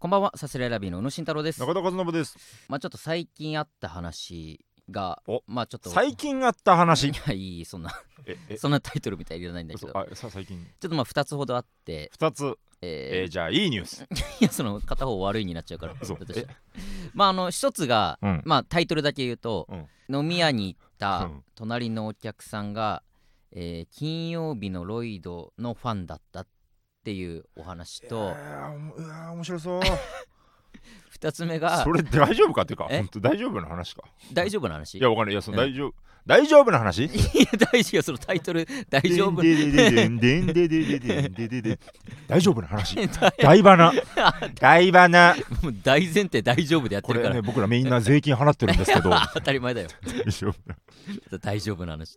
こんばんはサスレラビーの宇野慎太郎です中田和伸ですまあちょっと最近あった話がおまあちょっと最近あった話 いやいいそんなええそんなタイトルみたいにいらないんだけ嘘どちょあさ最近っとまあ2つほどあって二つええーじゃあいいニュース ー、いやその片方悪いになっちゃうから嘘私まああの一つがうんまあタイトルだけ言うとうん飲み屋に行ったうん隣のお客さんが、えー金曜日のロイドのファンだったっていうお話いとやーおもうわー面白そう2つ目がそれ大丈夫かっていうかえ本当大丈夫な話か大丈夫な話いやわかんないいやそのうん大丈夫大丈夫な話いや 大事よそのタイトル大丈夫でんでんでんでんでんでんでんでんでんでんでん大丈夫な話大花大花もう大前提大丈夫でやっこてるかれら、ね僕らみんな税金払ってるんですけど 当たり前だよ大丈夫な大丈夫な話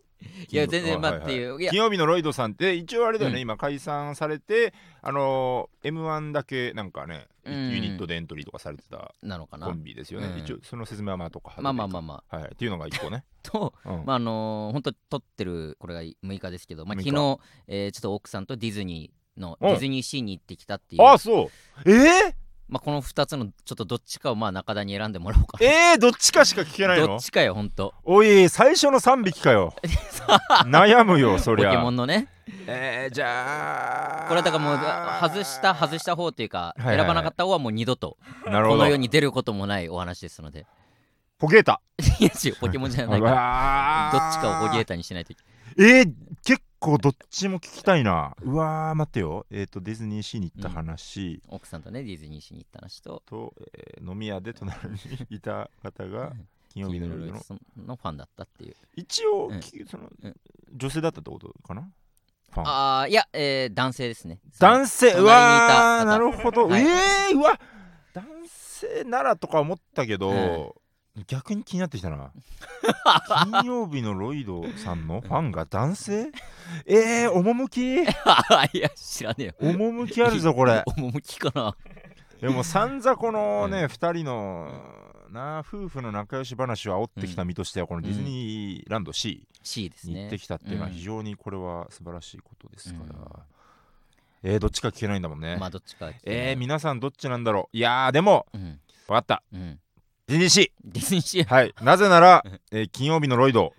いや全然はい待はいっていう、いや金曜日のロイドさんって一応あれだよね、うん今解散されてあの m 1だけなんかね、うんユニットでエントリーとかされてたなのかなコンビですよね、うん一応その説明はまあとかまあまあまああまあはい、っていうのが一 個ね、とうんまああのー、本当撮ってるこれが6日ですけど、まあ、 6昨日日、えーちょっと奥さんとディズニーのうんディズニーシーに行ってきたっていうああそうえまあ、この2つのちょっとどっちかをまあ中田に選んでもらおうかー、えー、どっちかしか聞けないどのっちかよ本当おい最初の3匹か よ悩むよそポりケゃモンのねえー、じゃあこれはだからもうあ外した外した方というか、はいはいはい選ばなかった方はもう二度となるこほのど世に出ることもないお話ですの でポケータいや違うポケモンじゃないからわどっちかをホゲえータにしないといけえー、結構どっちも聞きたいな。うわー、待ってよ。えっ、と、ディズニーシーに行った話奥さんとねディズニーシーに行った話とと、えー飲み屋で隣にいた方がうん金曜日のキングヌー夜のド。ルのファンだったっていう一応、うんきそのうん女性だったってことかなファン。ああいや、えー男性ですね男性、隣うにいたわー、方なるほど。はいえー、うわ男性ならとか思ったけうんど、逆に気になってき たな。金曜日のロイドさんのファンが男性えー、趣 いや知らねえよ趣あるぞ、これ。趣かなでもさんざこのうね、二人のなあ夫婦の仲良し話を煽ってきた身としてはこのディズニーランド C C ですに行っねてきたっていうのはうん非常にこれは素晴らしいことですから、うんえー、どっちか聞けないんだもんね、まあどっちかえー、皆さんどっちなんだろういやーでもうん分かったうんディズニー C ディズニーシ ーはいなぜなら、えー金曜日のロイド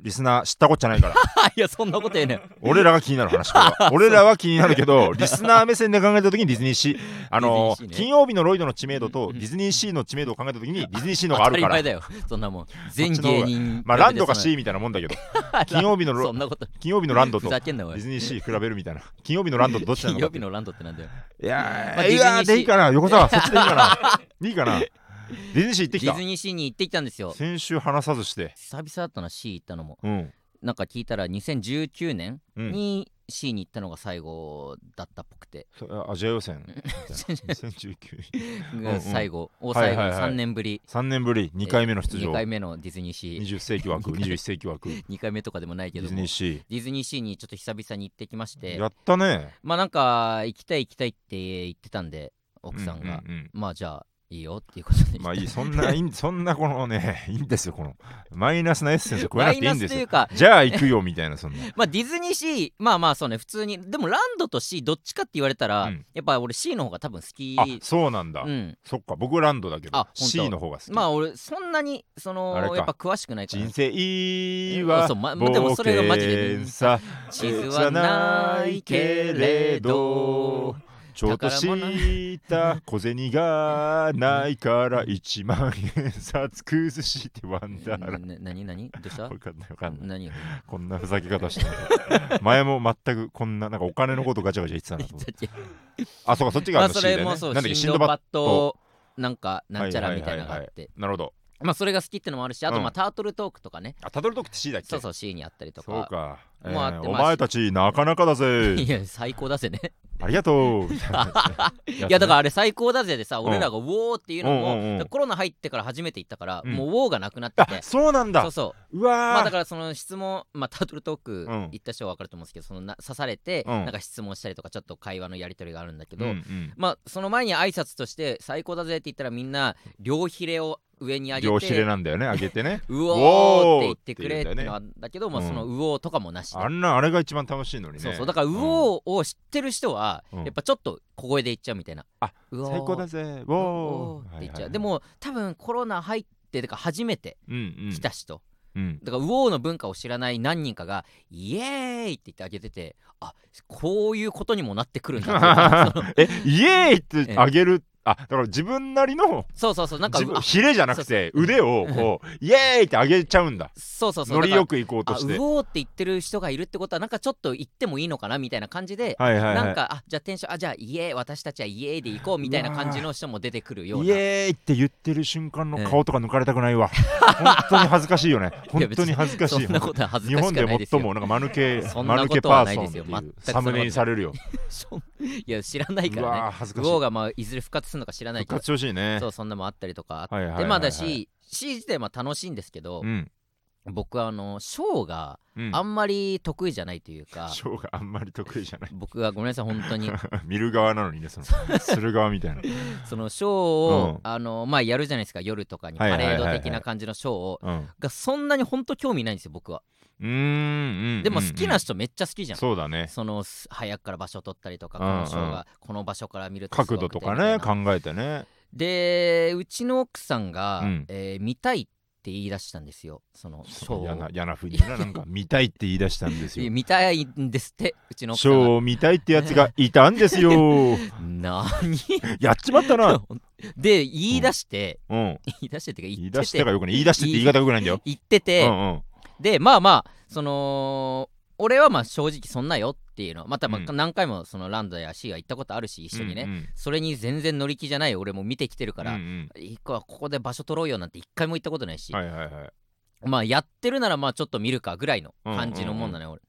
リスナー知ったことじゃないからいやそんなこと言えね俺らが気になる話こ れは俺らは気になるけどリスナー目線で考えた時にディズニーシーあのーディズニーシーね金曜日のロイドの知名度うとんディズニーシーの知名度を考えた時に ディズニーシえーのが当あたるりか前らだよそんなもん全芸人まあランドか比 C みたいなもん だけどべてそんな金曜日のロそんなこと金曜日のランドふとざデけんなおィいズニーシー比べるみたいな金曜日のランドとどっちな金のか曜って日のランドってなんだよいやー、まあいディズニーやシーーでいいかな 横澤そっちでいいかないいかなディズニーシー行ってデきたィズニーシーに行ってきたんですよ先週話さずして久々だったな C 行ったのもうんなんか聞いたら2019年うんに C に行ったのが最後だったっぽくて、そアジア予選みたいな 2019んうん最後をはい最はい後は3い年ぶり3年ぶり2回目の出2場回目のディズニーシー20世紀枠21世紀枠デ2回目とかでもないけィどズもニーシディズニーシーにちょっと久々に行ってきましーてやったねまあなんか行きたい行きたいって言ってたんで奥さんが、うううんまあじゃあいいよっていうことでまあ いいそんないいんそんなこのねいいんですよこのマイナスなエッセンス加えマなくイていいナんでスとすいようかじゃあ行くよみたいなそんなまあディズニーシーまあまあそうね普通にでもランドと C どっちかって言われたら、うんやっぱ俺 C の方が多分好きあそうなんだうんそっか僕ランドだけあど本当 C の方が好きまあ俺そんなにそあれのかやっぱ詳しくないから人生いいわえそうままでもそれがマジで冒険さ地図はないけれどちょっとした小銭がないから1万円札崩してワンダーランな何何どうしたわかんないわかんない何 だこんなふざけ方して ない前も全くこんななんかお金のことガチャガチャ言ってたなと 思ってっけあそうかそっちがまああのそ C だれよねもなそんだっうけシシンドンドババッッドドなんかなんちゃらみたいなのがあはっいはいはいてなるほどまあそれが好きってのもあるしあとうんまあタートルトークとかねあタドルトークって C だっけそうそう C にあったりとかそうかえもうあってーまあお前たちなかなかだぜ いや最高だ ぜねありがと うみたい ないやだかららあれ最高だぜでさん俺らがウォーっていうのもうんうんうんだからコロナ入ってから初めて行ったからうんもうウォーがなくなっててそうなんそだうそううまわあだーからその質問、まあ、タートルトークうん行った人は分かると思うんですけど、そのな刺されて、うんなんか質問したりとかちょっと会話のやり取りがあるんだけうど、んうんまあその前に挨拶として「最高だぜ」って言ったらみんな両ひれを上に上げ両ひれてなんだよね上げ てねうおーって言ってくれっうおーって言うんだよてのねはだけどもうんそのうおーとかもなしであんなあれが一番楽しいのにねそうそうだからうおーを知ってる人はうんやっぱちょっと小声で言っちゃうみたいなあうおー最高だぜウうォおーーってはい言っはいちはゃいうでも多分コロナ入ってだから初めてうんうん来た人 うんだからウオーの文化を知らない何人かがイエーイって言ってあげててあこういうことにもなってくるんだ っていうえイエーイってあげるあだから自分なりのそうそうそうそうなんか自分あヒレじゃなくて腕をこうイエーイって上げちゃうんだそうそうそうノリよくく行こうとあウしてはいオーって言ってる人がいるってことはなんかちょっと言ってもいいのかなみたいな感じで、はいはいなんかあじゃあテンションあじゃあイエーイ私たちはイエーイで行こうみたいな感じの人も出てくるようイエなーイって言ってる瞬間の顔とか抜かれたくないわ、本当に恥ずかしいよね いや本当に恥ずかしそいんなことは恥ず日かし本くでないです最よもなんか間抜けそん間な抜こけとパはーないソンですっていよう全くそんなことサムネにされるよ、そんいや知らないうからわねー恥ずウかしいオーがまあいずれ復活するのか知らないけ復ど活してほしいねそうそんなのもあったりとかあって、はいはいはいはいまあだし C 自体は楽しいんですけど、うん僕はあのショーがうんあんまり得意じゃないというか、ショーがあんまり得意じゃない 僕はごめんなさい本当に見る側なのにねそのする側みたいなそのショーを、うんあのまあやるじゃないですか夜とかにはいパはいはいレはいード的な感じのショーをうんがそんなに本当興味ないんですよ僕はうーんでも好きな人人めっちゃ好きじゃん、そうだねそのす早くから場所取ったりとかこうんうんのショーがこの場所から見るとすご角く度とかてねみたいな考えてねでうちの奥さんが、うんえー見たいって言い出したんですよそのショーを嫌な嫌なふうにねなんか見たいって言い出したんですいやよ見たいんですってうちの奥さショんーを見たいってやつがいたんですよ がやっちまったな何 で言い出して、うん言い出してっていうか言言いって出しててがよくない言い出してって言い方よくないんだよ言ってうて、んうんでまあまあその俺はまあ正直そんなよっていうのはまたまあう何回もそのランドやシーは行ったことあるし一緒にね、うんうんそれに全然乗り気じゃない俺も見てきてるから、うんうん一個はここで場所取ろうよなんて一回も行ったことないし、はいはいはいまあやってるならまあちょっと見るかぐらいの感じのもんだね、俺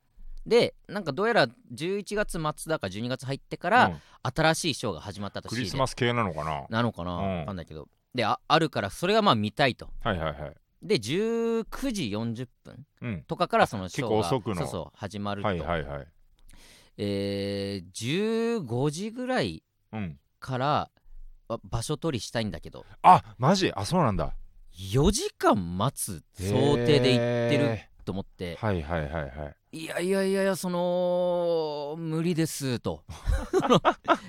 でなんかどうやら11月末だか12月入ってから、うん新しいショーが始まったとクしリスマス系なのかなはなのかな、うわんかんないけどでああるからそれがまあ見たいといはいはいで19時40分うんとかからそのショーが結構遅くのそうそう始まると、はいはいはいえー、15時ぐらいうんからあ場所取りしたいんだけどあマジあそうなんだ4時間待つ想定で行ってるへと思ってーはいはいはいはいいやいやいやいやその無理です と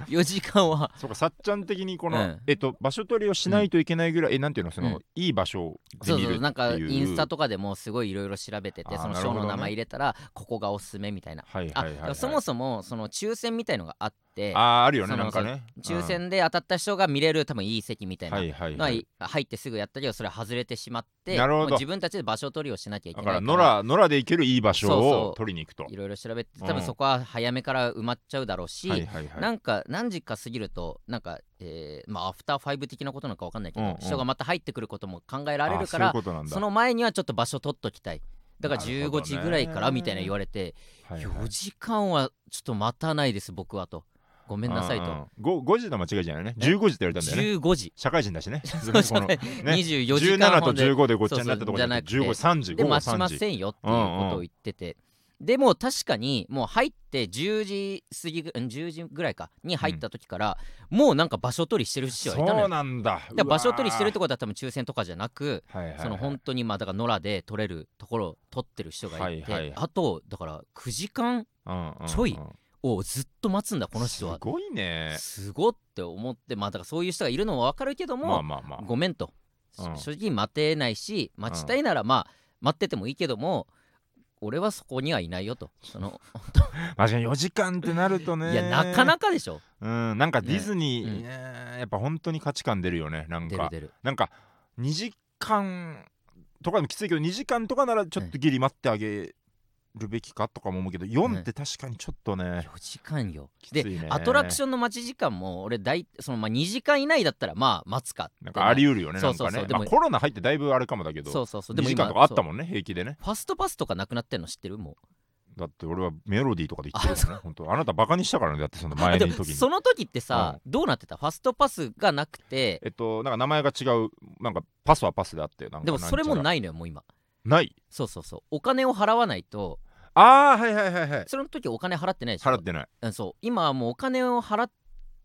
4時間はそうかさっちゃん的にこの、うんえっと場所取りをしないといけないぐらい、えなんていうのその、うんいい場所でそう見そるっていううなんかインスタとかでもすごいいろいろ調べててあーそのショーの名前入れたらここがおすすめみたいなはいあはいはだい、かはらい、そもそもその抽選みたいのがあってあーあるよねそのなんかね抽選で当たった人が見れる多分いい席みたうんいなはいはいのははいい入ってすぐやったけどそれ外れてしまってなるほどもう自分たちで場所取りをしなきゃいけだないかからら野良野良で行けるいい場所そうそうを取りに行くといろいろ調べてうん多分そこは早めから埋まっちゃうだろうし、はいはいはいなんか何時か過ぎるとなんか、えーまあアフターファイブ的なことなのか分かんないけど、うんうん人がまた入ってくることも考えられるかあらそういうことなんだその前にはちょっと場所取っときたいだからな15るほどね時ぐらいからみたいな言われて、はいはい4時間はちょっと待たないです僕はとごめんなさいうんうとんご 5, 時の間違いじゃないね15時って言われたんだよね15時社会人だしね そう社会 このね24時間17ほとんで15でごっちゃになったとこそうそうじろゃになくて15 3時で午後待ちま3時せんよっていうことを言ってて、でも確かにもう入って10時過ぎぐうん10時ぐらいかに入った時から、もうなんか場所取りしてる人はいたのそうよなんだだから場所取りしてるってとことは多分抽選とかじゃなくその本当にまあだから野良で取れるところを取ってる人がいて、はいはいあとだから9時間ちょいをずっと待つんだこの人はすごいねすごって思ってまあだからそういう人がいるのは分かるけども、まあまあまあごめんと、うん正直待てないし待ちたいならまあ待っててもいいけども俺はそこにはいないよとその、確かに4時間ってなるとねいやなかなかでしょうんなんかねディズニー、うんねやっぱ本当に価値観出るよねなん出るか出るなんか2時間とかでもきついけど2時間とかならちょっとギリ待ってあげるべきかとかも思うけど4って確かにちょっとね、 4時間よきついで、ねアトラクションの待ち時間も俺大そのまあ2時間以内だったらまあ待つかってなんかあり得るよねそなうんそうかそうねでもまあコロナ入ってだいぶあれかもだけどそうそうそう2時間とかあったもんね平気でねそうファストパスとかなくなってんの知ってるもだって俺はメロディーとかで言ってるからね本当あなたバカにしたからねだってそのう前あでのも時にその時ってさ、どうなってたファストパスがなくてえっとなんか名前が違うなんかパスはパスであってなんかでもそれもいないのよもう今ないそうそうそうお金を払わないとああはいはいはいはいその時お金払ってないでしょ払ってないうん、そう今はもうお金を払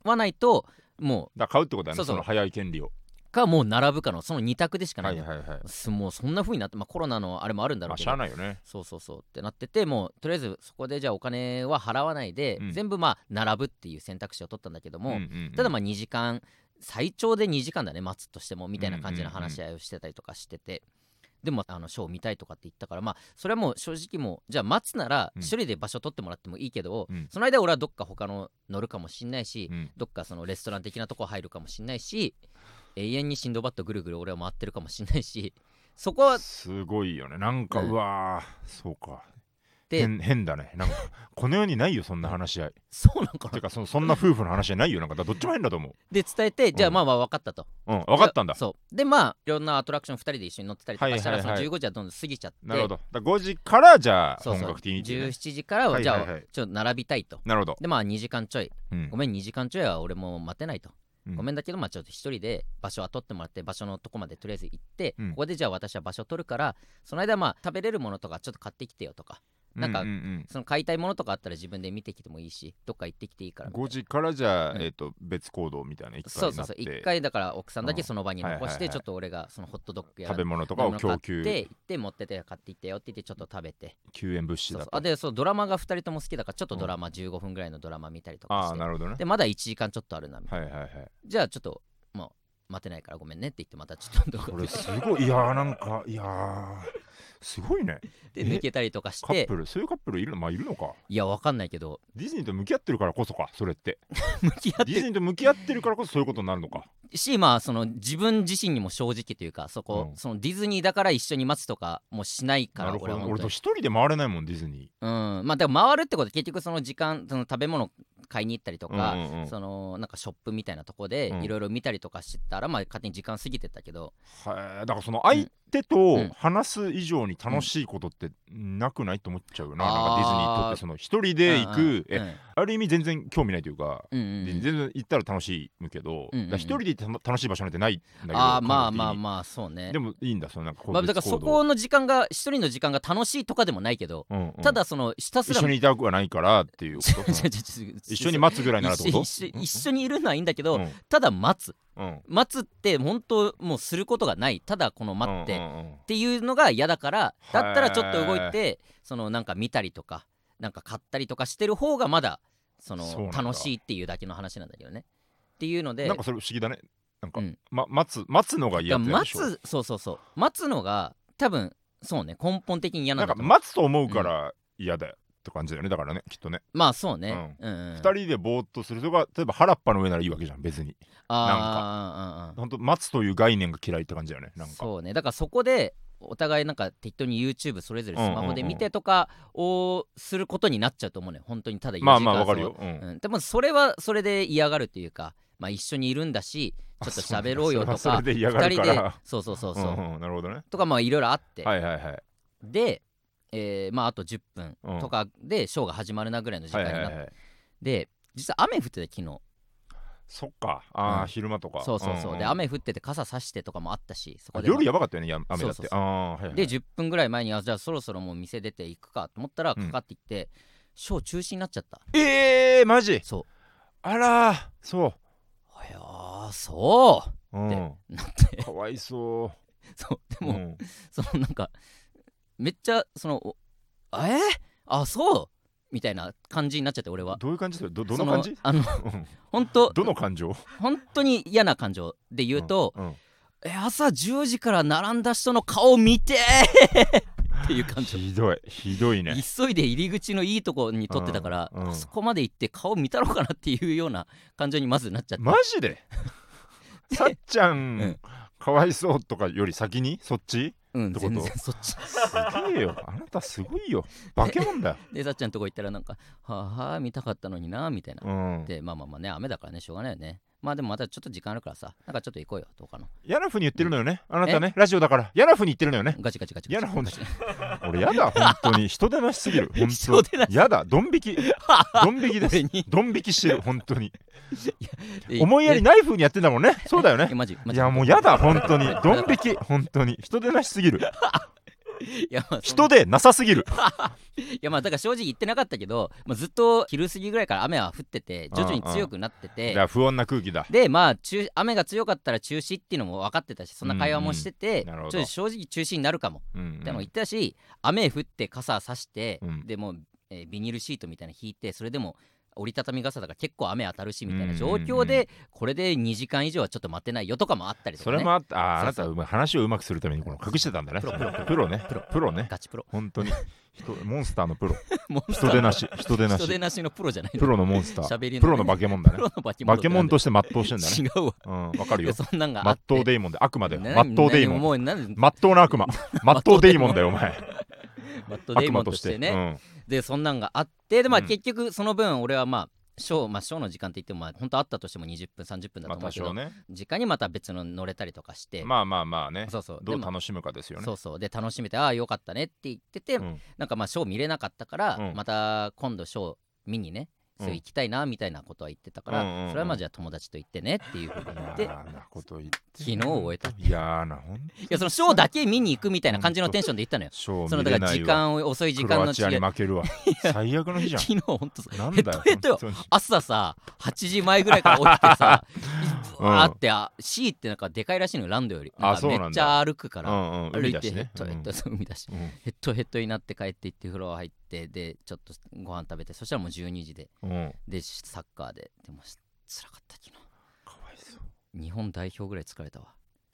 わないともだから買うってことだよねそうそうその早い権利をうかもう並ぶかのその2択でしかなはいいの、はいはい。すもうそんな風になって、まあ、コロナのあれもあるんだろまうあ、けしどゃあないよね。そうそうそうってなっててもうとりあえずそこでじゃあお金は払わないで、うん全部まあ並ぶっていう選択肢を取ったんだけども、んんんただまあ2時間最長で2時間だね待つとしてもみたいな感じの話し合いをしてたりとかしてて、でもあのショーを見たいとかって言ったからまあそれはもう正直もうじゃあ待つならうん一人で場所取ってもらってもいいけど、うんその間俺はどっか他の乗るかもしんないし、うんどっかそのレストラン的なとこ入るかもしんないし永遠にシンドバッドぐるぐる俺は回ってるかもしんないしそこはすごいよね。なんか、うんうわー、そうか。で変変だね。なんか、 この世にないよ、そんな話し合い。 そうなんかなてかそ、そんな夫婦の話し合いないよ。なんか、だどっちも変だと思う。で伝えてじゃあうんまあまあ分かったと、うん、分かったんだ。そうでまあいろんなアトラクション2人で一緒に乗ってたりとかしたら、はいはいはいその15時はどんどん過ぎちゃってなるほど。だ5時から、じゃあ、そう本そう格的にっていうね。 17時からははいじはいゃはいあちょっと並びたいと、なるほど。でまあ2時間ちょいうんごめん2時間ちょいは俺も待てないと、うんごめんだけどまあちょっと1人で場所は取ってもらって場所のとこまでとりあえず行って、うんここでじゃあ私は場所取るからその間まあ食べれるものとかちょっと買ってきてよとかなんかうううんその買いたいものとかあったら自分で見てきてもいいしどっか行ってきていいからみたいな5時からじゃあ、うんえっ、と別行動みたいな一そ回うにそなうってそう1回だから奥さんだけその場に残しうんはいはいてはいちょっと俺がそのホットドッグやら食べ物とかを供買っ給て行って持ってて買っていってよって言ってちょっと食べて救援物資そだうとそうあでそうドラマが2人とも好きだからちょっとドラマ15分ぐらいのドラマ見たりとかあしあて、なるほどねでまだ1時間ちょっとあるなみたいなはいはいはいじゃあちょっともう待てないからごめんねって言ってまたちょっとここれすごいいやーなんかいやーすごいねで抜けたりとかしカッてプルそういうカップルいるのまあいるのかいやわかんないけどディズニーと向き合ってるからこそかそれって向き合っディズニーと向き合ってるからこそそういうことになるのかてしまあその自分自身にも正直というかそこ、うんそのディズニーだから一緒に待つとかもうしないかならるほ俺はど本俺当とに一人で回れないもんディズニうんまあでも回るってことは結局その時間その食べ物買いに行ったりとーか、うんうんうんそのなんかショップみたいなとこでうんいろいろ見たりとかしてたら、まあ勝手に時間過ぎてったけどはいだからその相手うんと話す以上に楽しいことってなくないと思っちゃうな,、なんかディズニーにとってその一人で行く、えうんある意味全然興味ないというか、うんうんう全ん、然行ったら楽しいけど、うんうんうんだから一人で行って楽楽しい場所なんてないんだけどああまあまあ感まあそうね覚的にでもいいんだそのなんかこうまあだからそこの時間が一人の時間が楽しいとかでもないけど、うんうんただそのひたす一ら 緒にいたくはないからっていうこ違う違とう違う一緒に待つぐらいならって一こと緒一緒一緒にいるのはいいんだけど、うんただ待つうん待つって本当もうすることがないただこの待って、うっんうんうんていうのが嫌だからへーだったらちょっと動いてそのなんか見たりとかなんか買ったりとかしてる方がまだそのそうなんだ楽しいっていうだけの話なんだけどねっていうのでなんかそれ不思議だねなんか、うんま、待つ待つのがだ嫌かっらてやつで待しょつそうそうそう待つのが多分そうね根本的に嫌ななだんんかと思う待つと思うから嫌だよって感じだよねだからねきっとねまあそうね、うんうんうん、二、人でぼーっとするとか例えば原っぱの上ならいいわけじゃん別にあーうんうん本当待つという概念が嫌いって感じだよねなんかそうねだからそこでお互いなんか適当に YouTube それぞれスマホで見てとかをすることになっちゃうと思うね本当にただまあまあ四わ時か間るよ、うんそう、うん、でもそれはそれで嫌がるというかまあ一緒にいるんだ しちょっと喋ろうよとそかれはそれで嫌が二る人かでらそうそうそうそう、うんうんなるほどねとかまあいろいろあって、はいはいはいで、えーまああと10分うんとかでショーが始まるなぐらいの時は間いになはって、いはいで実は雨降ってた昨日そっかああ、うん昼間とかそうそうそう、んんで雨降ってて傘さしてとかもあったしそこでまあ夜やばかったよねや雨だってそうそうそああはいはいで10分ぐらい前にあじゃあそろそろもう店出ていくかと思ったらうんかかってきて、ショー中止になっちゃったええー、マジそうあらーそ、いやーそう うでん、うなってかわいそそうでう、も、ん、そのなんかめっちゃそのおあえー、あそうみたいな感じになっちゃって俺はどういう感じだよどどの感そじのあのうん本当どの感情本当に嫌な感情で 言うと、んんえ朝10時から並んだ人の顔見てー っていう感情ひどいひどいね急いで入り口のいいとこに撮ってたから、うんうんあそこまで行って顔見たろうかなっていうような感情にまずなっちゃって、マジでさっちゃん、うんかわいそうとかより先にそっちうんてこと全然そっち すげえよあなたすごいよ化け物だよ、でさっちゃんのとこ行ったらなんか「はあはあ見たかったのにな」みたいな、うん、でまあまあまあね雨だからねしょうがないよねまあでもまたちょっと時間あるからさなんかちょっと行こうよどうかな嫌なふうに言ってるのよね、あなたねラジオだから嫌なふうに言ってるのよねガチガチガチガチ嫌な本ガだチ俺やだ本当に人出なしすぎる本人当出なしやだドン引 きドン引きで俺すにドン引きしてる本当にえ 思いやりない風にやってんだもんねそうだよえねマジマいジやもうやだ本当にドン引き本当に人出なしすぎる いやまあそん人でなさすぎるいやまあだから正直言ってなかったけど、まあ、ずっと昼過ぎぐらいから雨は降ってて徐々に強くなってて、いや不穏な空気だでまあ中雨が強かったら中止っていうのも分かってたしそんな会話もしてて、うんなるほどちょっと正直中止になるかも、うんでも言ってたし雨降って傘さして、うんでもう、えービニールシートみたいなの引いてそれでも折りたたみ傘だから結構雨当たるしみたいな状況で、うんうんこれで2時間以上はちょっと待てないよとかもあったりとそか、ね、れもあったあーあなたそうそうはうまい話をうまくするためにこの隠してたんだねプロプロプロねプロプロねガチプロ 本当に人モンスターのプロモンスタ人ーでなし人でな人出しなしのプロじゃないプロのモンスター喋りのねプロの化け物だプねロの化け物化け物として全うしてんだね違うわうんわかるいよやそんなんがまあっってとうデイモンで悪魔だよなまっとうデイモなンもうなんまっとうな 悪魔まっとうデイモンだよお前マットデイ悪モ魔ンととししててね、うんでそんなんがあってでまあうん結局その分俺はまあショーまあショーの時間って言ってもまあ本当あったとしても20分30分だまとあ思うけど、多少ね時間にまた別の乗れたりとかして、まあまあまあねそうそうどでうまあ楽しむかですよねそうそうで楽しめてああよかったねって言ってて、うんなんかまあショー見れなかったから、うんまた今度ショー見にねうそんう行きたいなみたいなことは言ってたから、うんうんうんそれはまあじゃあ友達と行ってねっていうふうに言ってい嫌なこと言って昨日終えたいやなほんやそのショーだけ見に行くみたいな感じのテンションで行ったのよショそーの見だかられない時わ間を遅い時ク間ロのアチア違にい負けるわ最悪の日じゃん昨日本当そうなんヘだトよヘトよ本当に朝さ8時前ぐらいから起きて さブワーってあ C ってなんかでかいらしいのよランドよりあなんかそうめなんだっちゃ歩くかうらんうん歩海いだてしヘッねドヘッドうそう海だしんうんヘッドヘッドになって帰って行って風呂入ってでちょっとご飯食べてそしたらもう12時でうんでサッカーででも辛かった昨かわいそう日日本代表ぐらい疲れたわ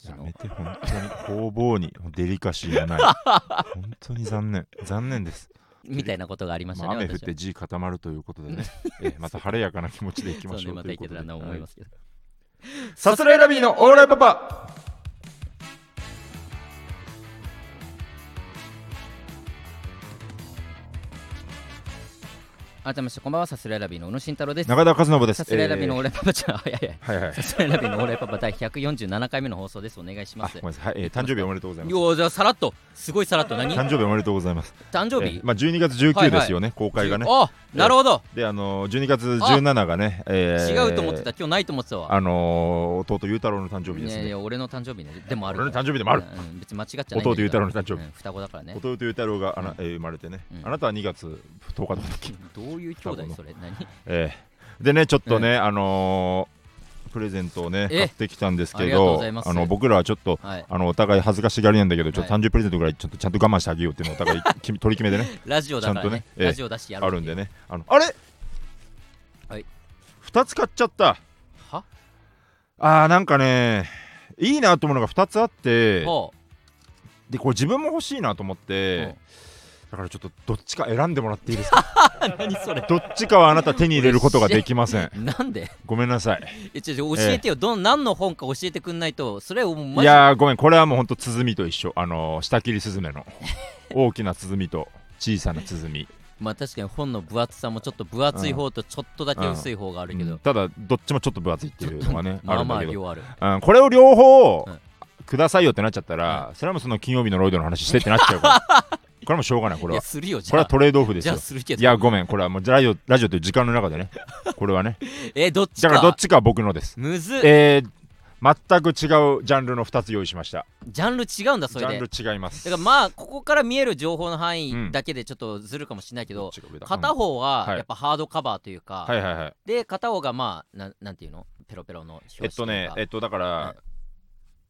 や昨め日て本当に工房にデリカシーが ない本当に残念残念です、みたいなことがありましまたあ、ね雨降っ私はて地固まるというこ とでね、えーまた晴れやかな気持ちでいきそまうしねょうまとたいういけことたでらな思いますけどさすらいラビーのオーライパパ改めましてこんばんはさすらいラビーの宇野慎太郎です中田和信ですさすらいラビーのオえーライパパちゃん早い早いーはいはいさすらいラビーのオーライパパ第147回目の放送です。お願いしあまごす。めよんなさい、はいえー誕生日おめでとうございますーじゃあさらっと、すごいさらっと、何誕生日おめでとうございます誕生え日ーまあ、12月19ですよね、公開がねあなるほど、であのー12月17がね、えー違うと思ってた、今日ないと思ってたわ。あのー弟裕太郎の誕生日ですいやいねや、俺の誕生日ね。でもある。俺の誕生日でもあるうんうん別に間違っちゃないんだけど。弟裕太郎の誕生日うん双子だからね。弟裕太郎があなうんえー生まれてね、うんあなたは2月10日とかだっけ、どういう兄弟それ何ええでねちょっとね、あのープレゼントをねえ買ってきたんですあけりがとうどございますの僕らはちょっとはい。あのお互い恥ずかしがりなんだけどちょっとは誕生日プレゼントぐらいちょっとちゃんと我慢してあげようっていうのをお 互い決め取り決めでねラジオだかちゃらんとねね。ええラジオ出してやろあうっているうんで。ねあのあれ、はい、 2つ買っちゃったはあーなんかねいいなと思うのが2つあってほでこれ自分も欲しいなと思っうてほだからちょっとどっちか選んでもらっていいですか う何それどっちかはあなた手に入れることができませんなんでごめんなさいえちょちょ教えてよ、どん何の本か教えてくんないと、それをもうマいジやーごめんこれはもうほんと鼓と一緒あのー、下切りス ズメの大きな鼓と小さな鼓、まあ確かに本の分厚さもちょっと分厚い方とちょっとだけ薄い方があるけど、うんただどっちもちょっと分厚いっていうのがねあまるあんまだあけど、量ある。うん、これを両方うんくださいよってなっちゃったら、それはもうその金曜日のロイドの話してってなっちゃうから これはもうしょうがないこいやれはするよじこれゃはあ。トレードオフですじゃよあするけど。いやごめんこれはもうラジオラジオという時間の中 でねこれはねえどっちだか。からどっちかは僕のですむずっえー全く違うジャンルの2つ用意しましたジャンル違うんだジそれャで。ンだル違いますからまあここから見える情報の範う囲んだけでちょっとずるかもしれないけどどっ、ちが上だ片方ははいやっぱハードカバーというか、うんはいはいはいで片方がまあなんなんていうのペロペロの表え紙っとね、ええっとだから、はい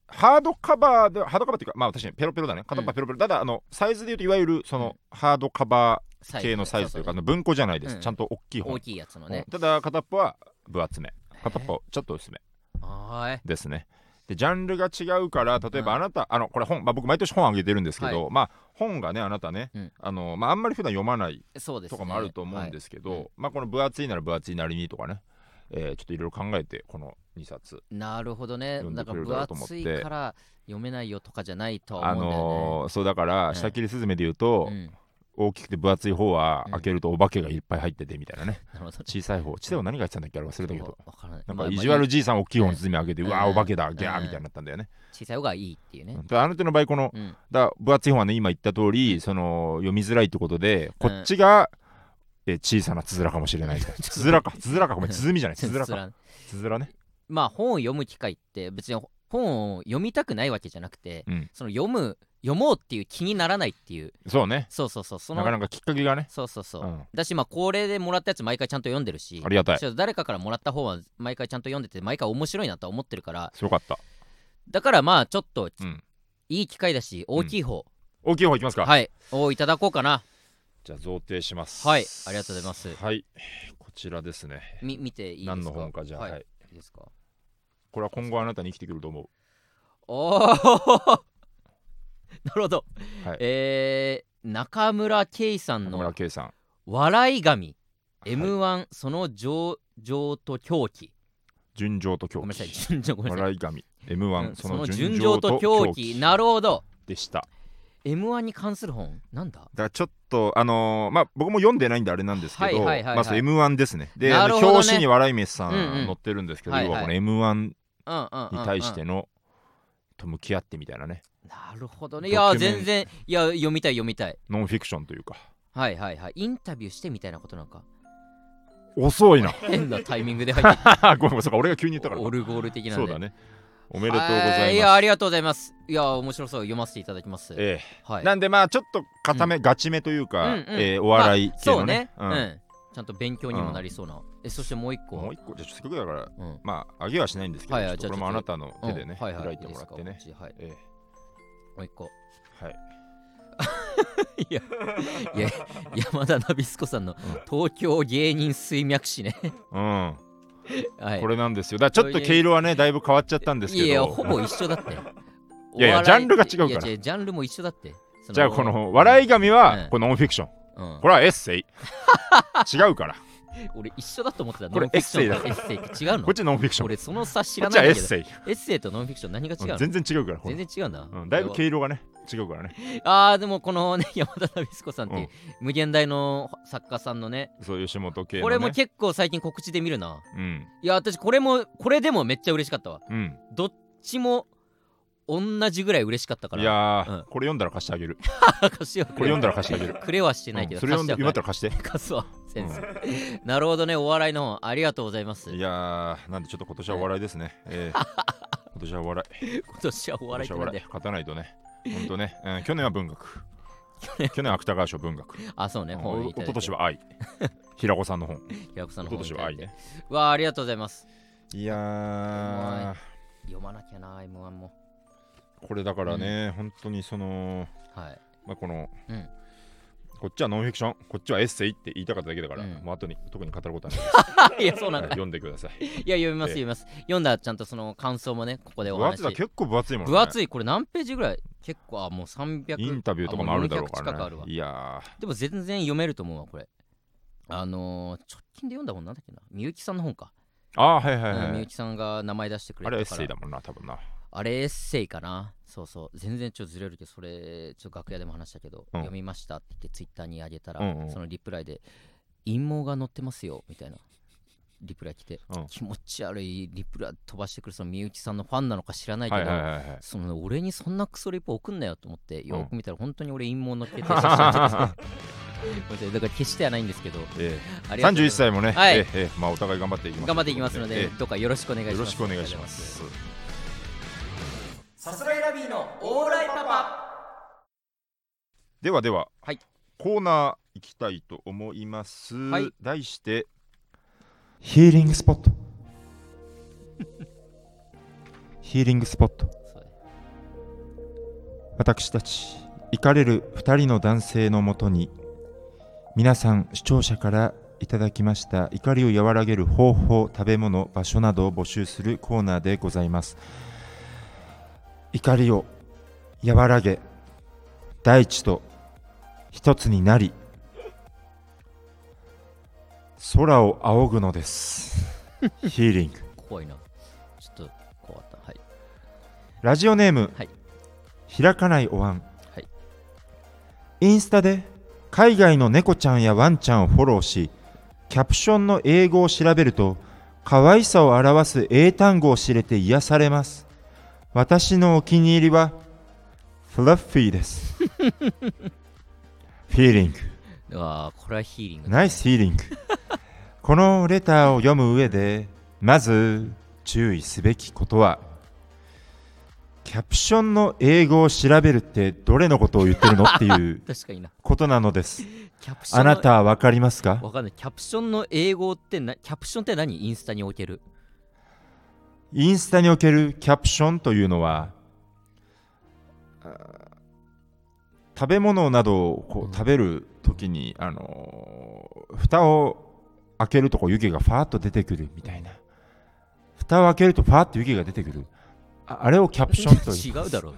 ハードカバーでハードカバーっていうかまあ確かにペロペロだね片っ端ペロペロ、ただあのサイズでいうといわゆるその、ハードカバー系のサイズというかあの文庫じゃないです、うんちゃんと大きい方、大きいやつのね。ただ片っぽは分厚め片っぽちょっと薄めはーい。ですねでジャンルが違うから例えばうあなた、あのこれ本、まあ、僕毎年本あげてるんですけど、まあ本がねあなたね、うんあのまあ、あんまり普段読まないそうです、とね。。かもあると思うんですすけど、はいうんまあこの分厚いなら分厚いなりにとかね、えーちょっといろいろ考えてこの2冊なるほどね。読んなでんかくれるだろうと分思って厚いから読めないよとかじゃないとはあ思うんだよね。のーそうだかうんら下切りスズメで言うと、うん、大きくて分厚い方はうん開けるとお化けがいっぱい入っててみたいなね、なるほど。小さい方ちでは何が言ってたんだっけあれ忘れたけどわからない。なんまあまあか意地悪じいさん大きい方のスズメ開けて、ううんわーお化けだギャうーんみたいになったんだよね、小さい方がいいっていうね。ただあなたの場合このうん。だ分厚い方はね今言った通りその読みづらいってことでこっちが、えー小さなつづらかもしれないつづらかつづらかごめんつづみじゃないつづらつからつづらねまあ本を読む機会って別に本を読みたくないわけじゃなくて、うんその読む読もうっていう気にならないっていうそうねそうそうそうそなのかなかきっかけがね、そうそうそう、うん、だしまあ恒例でもらったやつ毎回ちゃんと読んでるしありがたいちょっと誰かからもらった方は毎回ちゃんと読んでて毎回面白いなとは思ってるからすごかった、だからまあちょっとうん、いい機会だし大きい方、大きい方いきますか、はいをいただこうかなじゃあ贈呈しますはいありがとうございますはいこちらですねみ見ていいですか何の本かじゃあ、は、はいいいいですかこれは今後あなたに生きてくると思うおー なるほど、はいえー、中村圭さん野村の圭さん「笑い神い m 1、その情情と狂気」純情と狂ごめんなさ い気順情ごめんなさい笑い神 M1、うんそそのの純純情情とと狂狂気気なるほどでしただか m 1に関する本なんだらちょっとあのーまあ僕も読んでないんであれなんですけどはいはいはいはいまず M1 ですねでなあのるほどね表紙に笑い飯さうんうんん載ってるんですけど、はいはい要はこの M1 うんうんうんうんに対してのと向き合ってみたいなねなるほどねいやドキュメ全ン然いや読みたい読みたいノンフィクションというかはいはいはいインタビューしてみたいなことなんか遅いな変なタイミングで入って ごめんごめんそうか俺が急に言ったきかたらオルゴール的なんそでうだねおめでとうござはいいますやありがとうございますいや面白そう読ませていただきますえはえいなんでまあちょっと固め、ガチめというか、うんうんええお笑いまあ系そのうねね,、うん、ちゃんと勉強にもなりそうな、えそしてもう一個もう一個じゃあちょっとせっかくだからうんまあ上げはしないんですけど、はいはいちょっじゃとこれもああなたの手でね、うんはいはい開いてもらっていいねで。すかこっちはい、えもう一 個えはい、いや山田ナビスコさんのん東京芸人水脈誌 ねうはいん、これなんですよ。だからちょっと毛色はね、だいぶ変わっちゃったんですけど、いやいやほぼ一緒だって いやいやお笑ジャンルが違うからいやジャンルも一緒だってそじゃあこの笑い神は、うんこれノンフィクション、うんこれはエッ セイ。違うから、俺一緒だと思ってたこれノンフィクションとエエッセイって違うのこっちノンフィクション、こ俺その差知らっちなはいエんッだけどセエイ。ッセイとノンフィクション何が違ううんの全然違うから、これ全然違うんだ、うん、だいぶ毛色がね、違うからね。あーでもこのね 山田ナビスコさんっていううん無限大の作家さんのねそう吉本系の、ね。これも結構最近告知で見るなうん、いや私これもこれでもめっちゃ嬉しかったわうん。どっちも同じぐらい嬉しかったからいやー、うんこれ読んだら貸してあげる。貸しはこれ読んだら貸してあげ る。くれはしてないけうど、んそれ読んだ貸読しまはったら貸して。貸すわ先生、なるほどねお笑いの本ありがとうございますい今やー、なんでちょっと今年はお笑いですね。ええ 今年はお笑い。年はお笑いってなんだよ勝たないとね。本当ね、うん去年は文 学。去年は芥川賞文学。あそうねう ん本おい一ただい昨て年 は愛。平子さんの本。一平子さんの昨本年いはただ愛いてね。わあありがとうございますいや読まなきゃな M1 もー、これだからね、本当にその、 はいまあ、この、うんこっちはノンフィクション、こっちはエッセイって言いたかっただけだから、うんもう後に特に語ることはないです。あいやそうなんはだい読んでください。いや読みますえ読みます読んだらちゃんとその感想もねここ でお分話厚いだし結構分厚いもんね。分厚いこれ何ページぐらい結構あもう300インタビューとかもあるだろうかあもう400近くあらねるわ。いやでも全然読めると思うわこれあのー、直近で読んだ本なんだっけなみゆきさんの本か、ー、ああー、はいはいうんはみいゆ。きさんが名前出してくれたかあれらエッセイだもんな、多分な。あれエッセイかなそうそう全然ちょっとずれるけどそれちょっと楽屋でも話したけど、うん読みましたって言ってツイッターにあげたら、うんうんそのリプライで陰謀が載ってますよみたいなリプライ来て、うん気持ち悪いリプライ飛ばしてくるそのみゆきさんのファンなのか知らないけはど、いはいはいはい。その俺にそんなクソリプ送んなよと思ってよく見たら本当に俺陰謀の決定者 だから決してはないんですけどええありがとうござい31ます歳もね、はいええええまあ、お互い頑張っていきます頑張っていきますので、えどうかよろしくお願いしえますよろしくお願いします。さすらいラビーのオーライパパではでは、はいコーナー行きたいと思います。はい題して、ヒーリングスポット。ヒーリングスポット。そうね私たち、行かれる2人の男性のもとに、皆さん、視聴者からいただきました怒りを和らげる方法、食べ物、場所などを募集するコーナーでございます。怒りを和らげ、大地と一つになり、空を仰ぐのです。ヒーリング。怖いなちょっと怖かったはいラジオネーム、はい開かないお椀、はいインスタで海外の猫ちゃんやワンちゃんをフォローしキャプションの英語を調べると可愛さを表す英単語を知れて癒されます私のお気に入りはフラッフィーで すフィーリングうわーこれはヒーリングナイスヒーリング このレターを読む上でまず注意すべきことはキャプションの英語を調べるってどれのことを言ってるのっていう確かになことなのです。キャプションあのなたはわかりますかわかんないキャプションの英語ってなキャプションって何インスタにおけるインスタにおけるキャプションというのはあー食べ物などをこうんう食べるときに、あのー蓋を開けるとこう湯気がファーッと出てくるみたいな蓋を開けるとファーッと湯気が出てくるああれをキャプションと 違いううだろ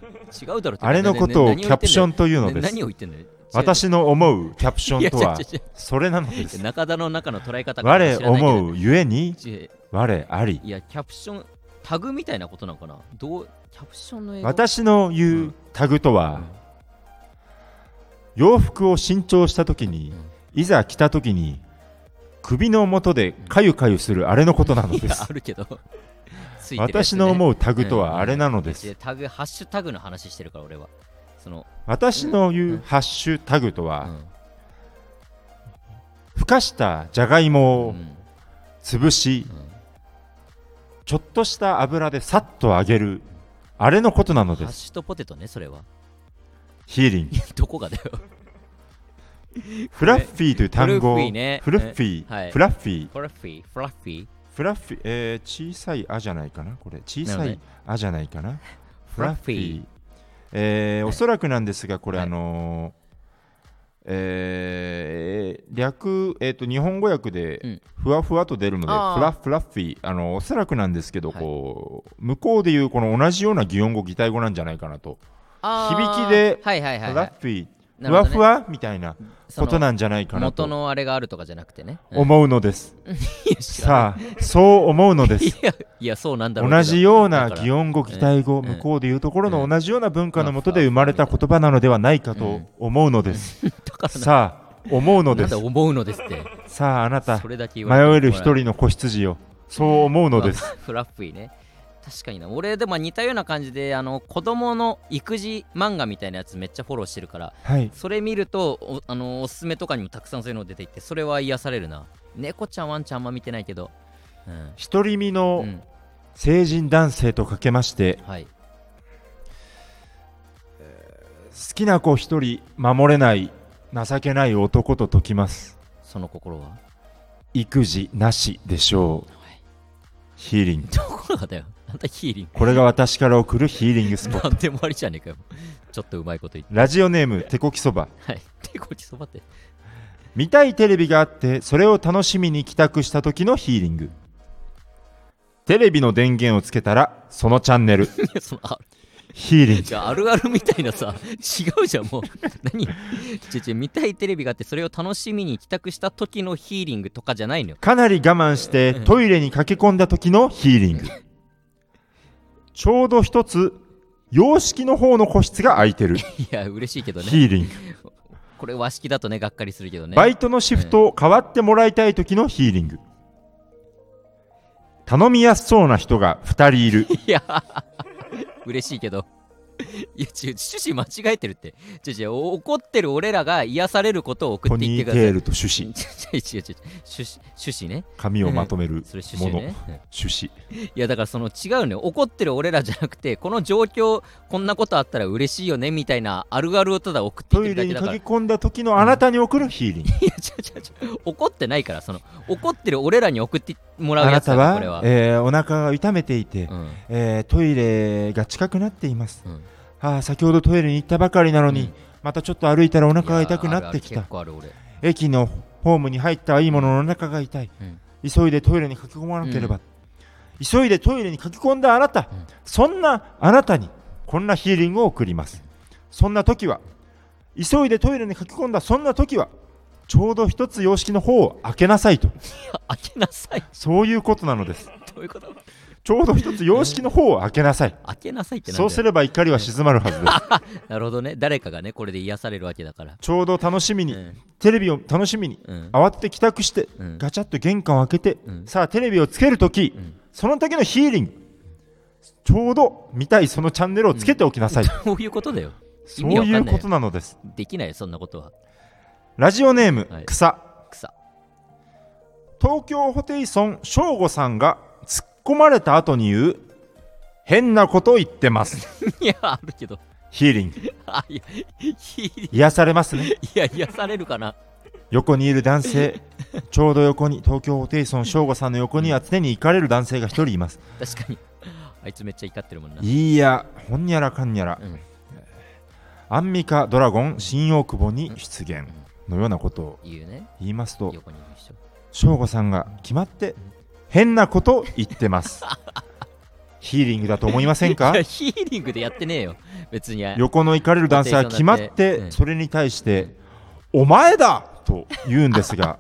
違うだろあれのことをキャプションンというののです何を言ってんのよ私の思うキャプシいョンやとは違う違うそれなので違うす中田の中の捉え方我思ううゆえにい我ありやキャプションタグみたいなことなのかなどうキャプションの英語私の言うタグとは、洋服を新調した時に、いざ着た時に首の元でかゆかゆするあれのことなのいでやすあるけどついてるやつね私の思うタグとうんはあれなのです、いやタグハッシュタグの話してるから俺はその、私の言うんうハッシュタグとうは、んふかしたじゃがいもうをん潰し、うんちょっとした油でさっと揚げるあれのことなのハでッすシュとポテトねそれは ヒーリングどこがだよフラッフィーという単語フルッフィーねフラッフィうんはーいフラッフィーフラッフィーフラッフィーフラッフィーえー小さいあじゃないかなこれ小なさるほいどあじゃないかなフラッフィーえーおそらくなんですが、これ、はいあのーえー略、えーと、日本語訳うでんふわふわと出るので、あーフラッフラッフィー、あのおそらくなんですけど、はいこう向こうでいうこの同じような擬音語、擬態語なんじゃないかなと、あー響きではいはいはい、はフラいッフィー、なふるほどわねふわみたいなそのことなんじゃないかな元とのあれがあるとかじゃなくてね、うん思うのです。 いや知らんさあ、そう思うの でいす。やいやそうなんだろうけど同じようなだから擬音語、擬態語、うん向こうでいうところうのん同じような文化のもとで生まれた言葉なのではないかと思うのです。だからなさあ、思うなのでんすだ。思うのですってさあ、あなたそ、れだけ言われても迷える一人の子羊よ。そう思うのです。まあフラッフィーね確かにな俺でも似たような感じであの子供の育児漫画みたいなやつめっちゃフォローしてるからはい。それ見るとおあのおすすめとかにもたくさんそういうの出ていてそれは癒されるな猫ちゃんワンちゃんあんま見てないけどうん、独り身うのん成人男性とかけまして、はい好きな子一人守れない、情けない男と解きます。その心は 育児なしでしょうい。ヒーリング。どこがだよあんたヒーリンこれが私から送るヒーリングスポグット。なんでもありじゃねえかよちょっとうまいこと言ってラジオネーム、テコキそば。はい 手こきそばって見たいテレビがあってそれを楽しみに帰宅した時のヒーリングテレビの電源をつけたらそのチャンネルいやそのあヒーリングじゃああるあるみたいなさ違うじゃんもう何ちょちょ見たいテレビがあってそれを楽しみに帰宅した時のヒーリングとかじゃないのよかなり我慢してトイレに駆け込んだ時のヒーリングちょうど一つ洋式の方の個室が空いてるいや嬉しいけどねヒーリングこれ和式だとねがっかりするけどねバイトのシフトを変わってもらいたい時のヒーリング頼みやすそうな人が2人い るいや、嬉しいけど。いや、違う、趣旨間違えてるって。違う違う、お怒ってる俺らが癒されることを送ポっていっニてーください。テールと種子違う違う違う違う趣旨趣旨ね。髪をまとめるそれ趣もの旨ね。うん種子いやだからその違うのよ怒ってる俺らじゃなくてこの状況こんなことあったら嬉しいよねみたいなあるあるをただ送っていっトてるイだレにけだから駆け込んだ時のあなたに送るヒーリング。いや違う違う違う怒ってないからその怒ってる俺らに送ってもらあうやなつだたからはこれは、えーお腹が痛めていて、うんえートイレが近くなっています。うんああ、先ほどトイレに行ったばかりなのに、うんまたちょっと歩いたらお腹が痛くなってきいやたあ。るある結構ある駅のホームに入ったはいいもののお腹が痛い。うん急いでトイレに駆け込まなければ。急いでトイレに駆け込んだあなた、うんそんなあなたにこんなヒーリングを送ります。そんな時は、急いでトイレに駆け込んだそんな時は、ちょうど一つ様式の方を開けなさいと。俺開けなさいそういうことなのです。どういうことちょうど一つ様式の方を開けなさい。開けなさいってなんだそようすれば怒りは静まるはずです。なるほどね。誰かがね、これで癒されるわけだから。ちょうど楽しみうに、ん。テレビを楽しみに、うん。慌てて帰宅して、うんガチャッと玄関を開けて、うんさあテレビをつけるとき、んその時のヒーリング、ちょうど見たいそのチャンネルをつけておきなさい。こういうことだよ。意そ味わういかうんないこよと。なのです。できないよ、そんなことは。ラジオネーム、はい草。草。 東京ホテイソン、省吾さんが突っ込まれた後に言う、変なこと言ってます。いやあるけどヒーリング。あいやひい癒されますね。や癒されるかな横にいる男性、ちょうど横に、東京ホテイソン翔吾さんの横には常に行かれる男性が一人います。確かにあいつめっちゃ怒ってるもんないいや、ほんにゃらかんにゃら、うんアンミカドラゴン新大久保に出現のようなことを言うね言いますと、横にいる人翔吾さんが決まって変なこと言っ てます。ヒーリングだと思いませんかいやヒーリングでやってねえよ別に横の行かれる男性は決まっうてんそれに対して「お前だ!」と言うんで すが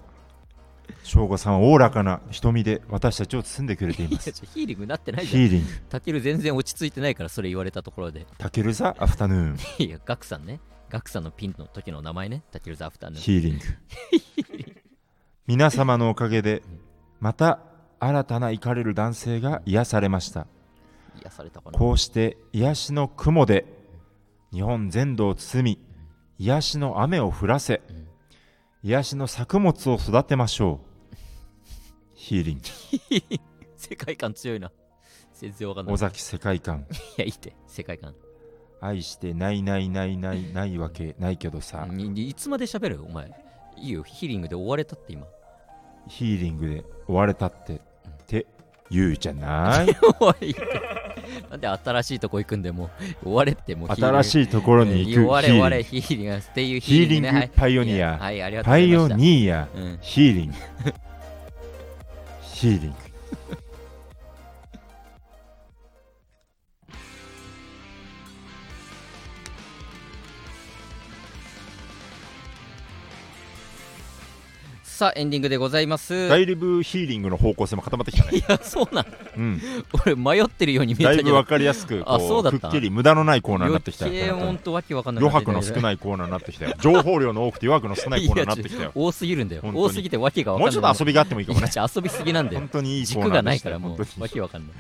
省吾さんはおおらかな瞳で私たちを包んでくれていいやまちすょヒーリングなってないじヒゃんーリングたける全然落ち着いてないからそれ言われたところで タケルザアフタヌーンいやガクさんねガクさんのピンの時の名前ねたけるザアフタヌーンヒーリング皆様のおかげでまた新たな行かれる男性が癒されました癒されたかなこうして癒しの雲で日本全土を包み癒しの雨を降らせ癒しの作物を育てましょうヒーリン世界観強いな全然わかんグない尾い崎世界観やいいって世界観愛してないないないないないわけないけどさににいつまで喋るお前いいよヒーリングで追われた って今ヒーリングで追われたってって言うじゃない おいいいってなんで新しいとこ行くんでもう追われってもう新いしいところに行く追われヒ追ーわリンれグヒーリングっていうヒーリングパイオニアはいありがとうござパいイまオしたニアうんヒーリングヒーリ ングさあエンディングでございます、だい、いぶヒーリングの方向性も固まってきた ね、やそうなんうん、俺迷ってるように見え ただいけぶどわかりやすくあこそううだっくたっきり無駄のないコーナーになってきた余計ほんとわけわかんなく余なって白の少ないコーナーになってきたよ情報量の多くて余白の少ないコーナーになってきたよいや多すぎるんだよ本当に多すぎてわけがわかんもなういちょっと遊びがあってもいいかもねいや遊びすぎなんだよ本当にいいコーナー軸がないからでしたも本う当わにけわかんない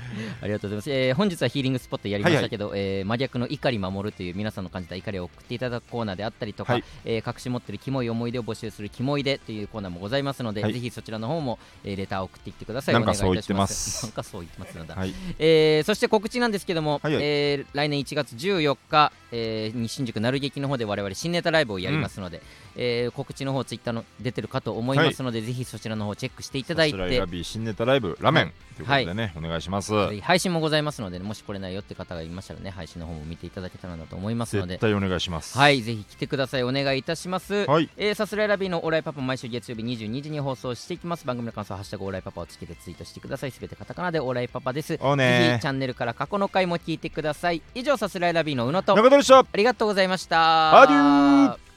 ありがとうございます、えー本日はヒーリングスポットやりましたけど、えー真逆の怒り守るという皆さんの感じた怒りを送っていただくコーナーであったりとか、はいえー隠し持ってるキモい思い出を募集するキモいでというコーナーもございますので、はいぜひそちらの方も、えーレターを送ってきてくださいなんかお願いいたしそなうんかそう言ってますなんだはい、えーそして告知なんですけども、はいはいえー来年1月14日、えーに新宿なる劇の方で我々新ネタライブをやりますので、えー告知の方ツイッターの出てるかと思いますので、ぜひそちらの方チェックしていただいそちらて選び新ネタライブラメン、うんということでね、お願いしますぜひ配信もございますので、もし来れないよって方がいましたらね配信の方も見ていただけたらなと思いますの絶で対お願いしますはいぜひ来てくださいお願いいたします、はいえーさすらいラビーのオーライパパ毎週月曜日22時に放送していきます番組の感想は「ハッシュタグオーライパパ」をつけてツイートしてくださいすべてカタカナでオーライパパですおうぜねひチャンネルから過去の回も聞いてください以上さすらいラビーの宇野と中田でしたありがとうございましたアデュー